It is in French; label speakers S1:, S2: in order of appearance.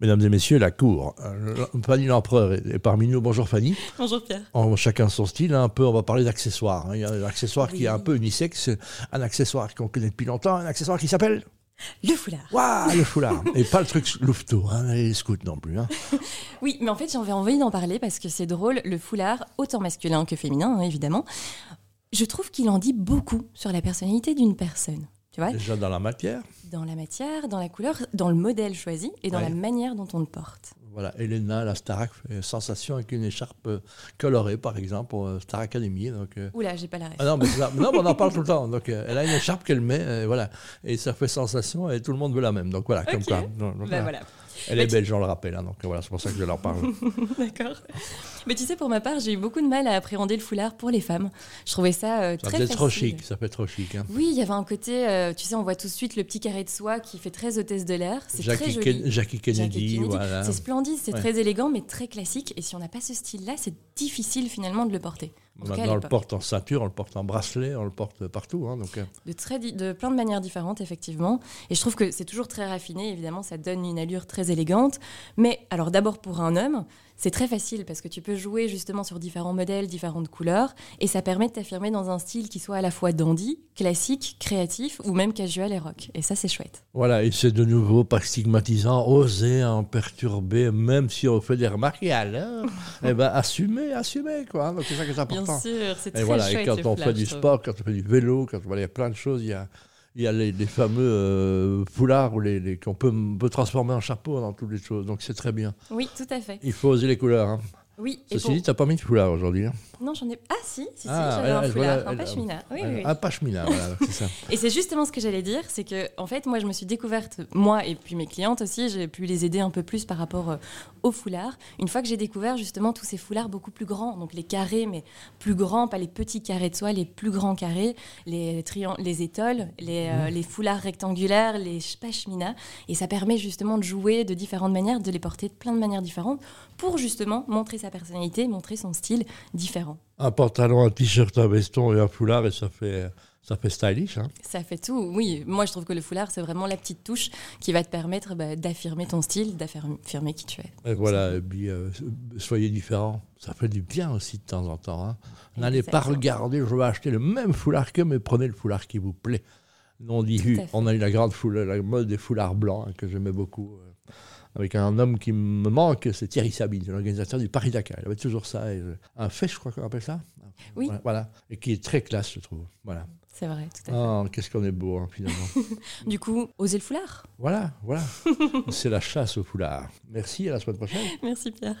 S1: Mesdames et messieurs, la cour. Euh, Fanny L'Empereur est est parmi nous. Bonjour Fanny.
S2: Bonjour Pierre.
S1: En chacun son style, hein, un peu, on va parler d'accessoires. hein. Il y a un accessoire qui est un peu unisexe, un accessoire qu'on connaît depuis longtemps, un accessoire qui s'appelle
S2: Le foulard.
S1: Waouh, le foulard. et pas le truc louveteau, hein, et les scouts non plus. hein.
S2: Oui, mais en fait, j'avais envie d'en parler parce que c'est drôle, le foulard, autant masculin que féminin, hein, évidemment. Je trouve qu'il en dit beaucoup sur la personnalité d'une personne. Tu vois,
S1: Déjà dans la matière.
S2: dans la matière, dans la couleur, dans le modèle choisi et dans
S1: Ouais.
S2: la manière dont on le porte.
S1: Voilà, Elena, la Star Ac- euh, sensation avec une écharpe euh, colorée, par exemple, pour euh, Star Academy. Donc, euh,
S2: Oula, j'ai pas la ref.
S1: Ah non, mais, c'est ça. Non, mais on en parle tout le temps. Donc, euh, elle a une écharpe qu'elle met, euh, voilà. Et ça fait sensation et tout le monde veut la même. Donc voilà, comme
S2: Ok.
S1: quoi. Donc,
S2: Bah,
S1: voilà.
S2: voilà.
S1: Elle est belge, on le rappelle. hein, donc voilà, c'est pour ça que je leur parle.
S2: D'accord. Mais tu sais, pour ma part, j'ai eu beaucoup de mal à appréhender le foulard pour les femmes. Je trouvais ça euh,
S1: Ça
S2: très
S1: faisait
S2: facile.
S1: trop chic, ça fait trop chic. Hein.
S2: Oui, il y avait un côté, euh, tu sais, on voit tout de suite le petit carré de soie qui fait très hôtesse de l'air. C'est très
S1: Jackie,
S2: joli.
S1: Ken- Jackie Kennedy,
S2: Jackie Kennedy.
S1: voilà.
S2: C'est splendide, c'est
S1: Ouais.
S2: très élégant, mais très classique. Et si on n'a pas ce style-là, c'est difficile finalement de le porter. En tout cas, à
S1: Maintenant, on le
S2: l'époque.
S1: porte en ceinture, on le porte en bracelet, on le porte partout. hein, donc, euh,
S2: de, très di- de plein de manières différentes, effectivement. Et je trouve que c'est toujours très raffiné, évidemment, ça donne une allure très élégante. Mais alors d'abord pour un homme, c'est très facile parce que tu peux jouer justement sur différents modèles, différentes couleurs, et ça permet de t'affirmer dans un style qui soit à la fois dandy, classique, créatif, ou même casual et rock. Et ça, c'est chouette.
S1: Voilà, et c'est de nouveau pas stigmatisant, oser en perturber, même si on fait des remarques. Et alors Eh ben, assumer, assumer, quoi. hein, donc c'est ça qui est important.
S2: sûr, c'est
S1: Et voilà, et quand on fait du sport, quand on fait du vélo, quand voilà, il y a plein de choses, il y a, il y a les, les fameux euh, foulards ou les, les- qu'on peut, peut transformer en chapeau dans toutes les choses. Donc c'est très bien.
S2: Oui, tout à fait.
S1: Il faut oser les couleurs. hein.
S2: Oui, et
S1: Ceci
S2: pour-
S1: dit, t'as pas mis de foulard aujourd'hui. hein.
S2: Non, j'en ai. Ah, si, si, si,
S1: Ah,
S2: j'avais
S1: elle-
S2: un
S1: elle-
S2: foulard,
S1: voilà,
S2: un
S1: elle-
S2: pachemina. Oui, oui, oui.
S1: Un pachemina, voilà, donc c'est ça.
S2: Et c'est justement ce que j'allais dire, c'est que en fait, moi, je me suis découverte, moi et puis mes clientes aussi, j'ai pu les aider un peu plus par rapport euh, aux foulards. Une fois que j'ai découvert justement tous ces foulards beaucoup plus grands, donc les carrés, mais plus grands, pas les petits carrés de soie, les plus grands carrés, les, trian- les étoiles, les, euh,
S1: Mmh.
S2: les foulards rectangulaires, les ch- pashminas. Et ça permet justement de jouer de différentes manières, de les porter de plein de manières différentes pour justement montrer sa personnalité, montrer son style différent.
S1: Un pantalon, un t-shirt, un veston et un foulard, et ça fait, ça fait stylish. hein.
S2: Ça fait tout, oui. Moi, je trouve que le foulard, c'est vraiment la petite touche qui va te permettre bah, d'affirmer ton style, d'affirmer qui tu es.
S1: Et voilà, et puis euh, soyez différents. Ça fait du bien aussi de temps en temps. hein. N'allez pas
S2: Exactement.
S1: regarder, je vais acheter le même foulard que, mais prenez le foulard qui vous plaît. Non dit,
S2: Tout à fait.
S1: on a eu la grande foulard, la mode des foulards blancs hein, que j'aimais beaucoup. euh, avec un homme qui me manque, c'est Thierry Sabine, c'est l'organisateur du Paris-Dakar. Il avait toujours ça. et, euh, un fèche, je crois qu'on appelle ça.
S2: Oui.
S1: Voilà, voilà. Et qui est très classe, je trouve. Voilà.
S2: C'est vrai, tout à fait.
S1: Ah, qu'est-ce qu'on est beau, hein, finalement.
S2: Du coup, osez le foulard.
S1: voilà, voilà. C'est la chasse au foulard. Merci, à la semaine prochaine.
S2: Merci, Pierre.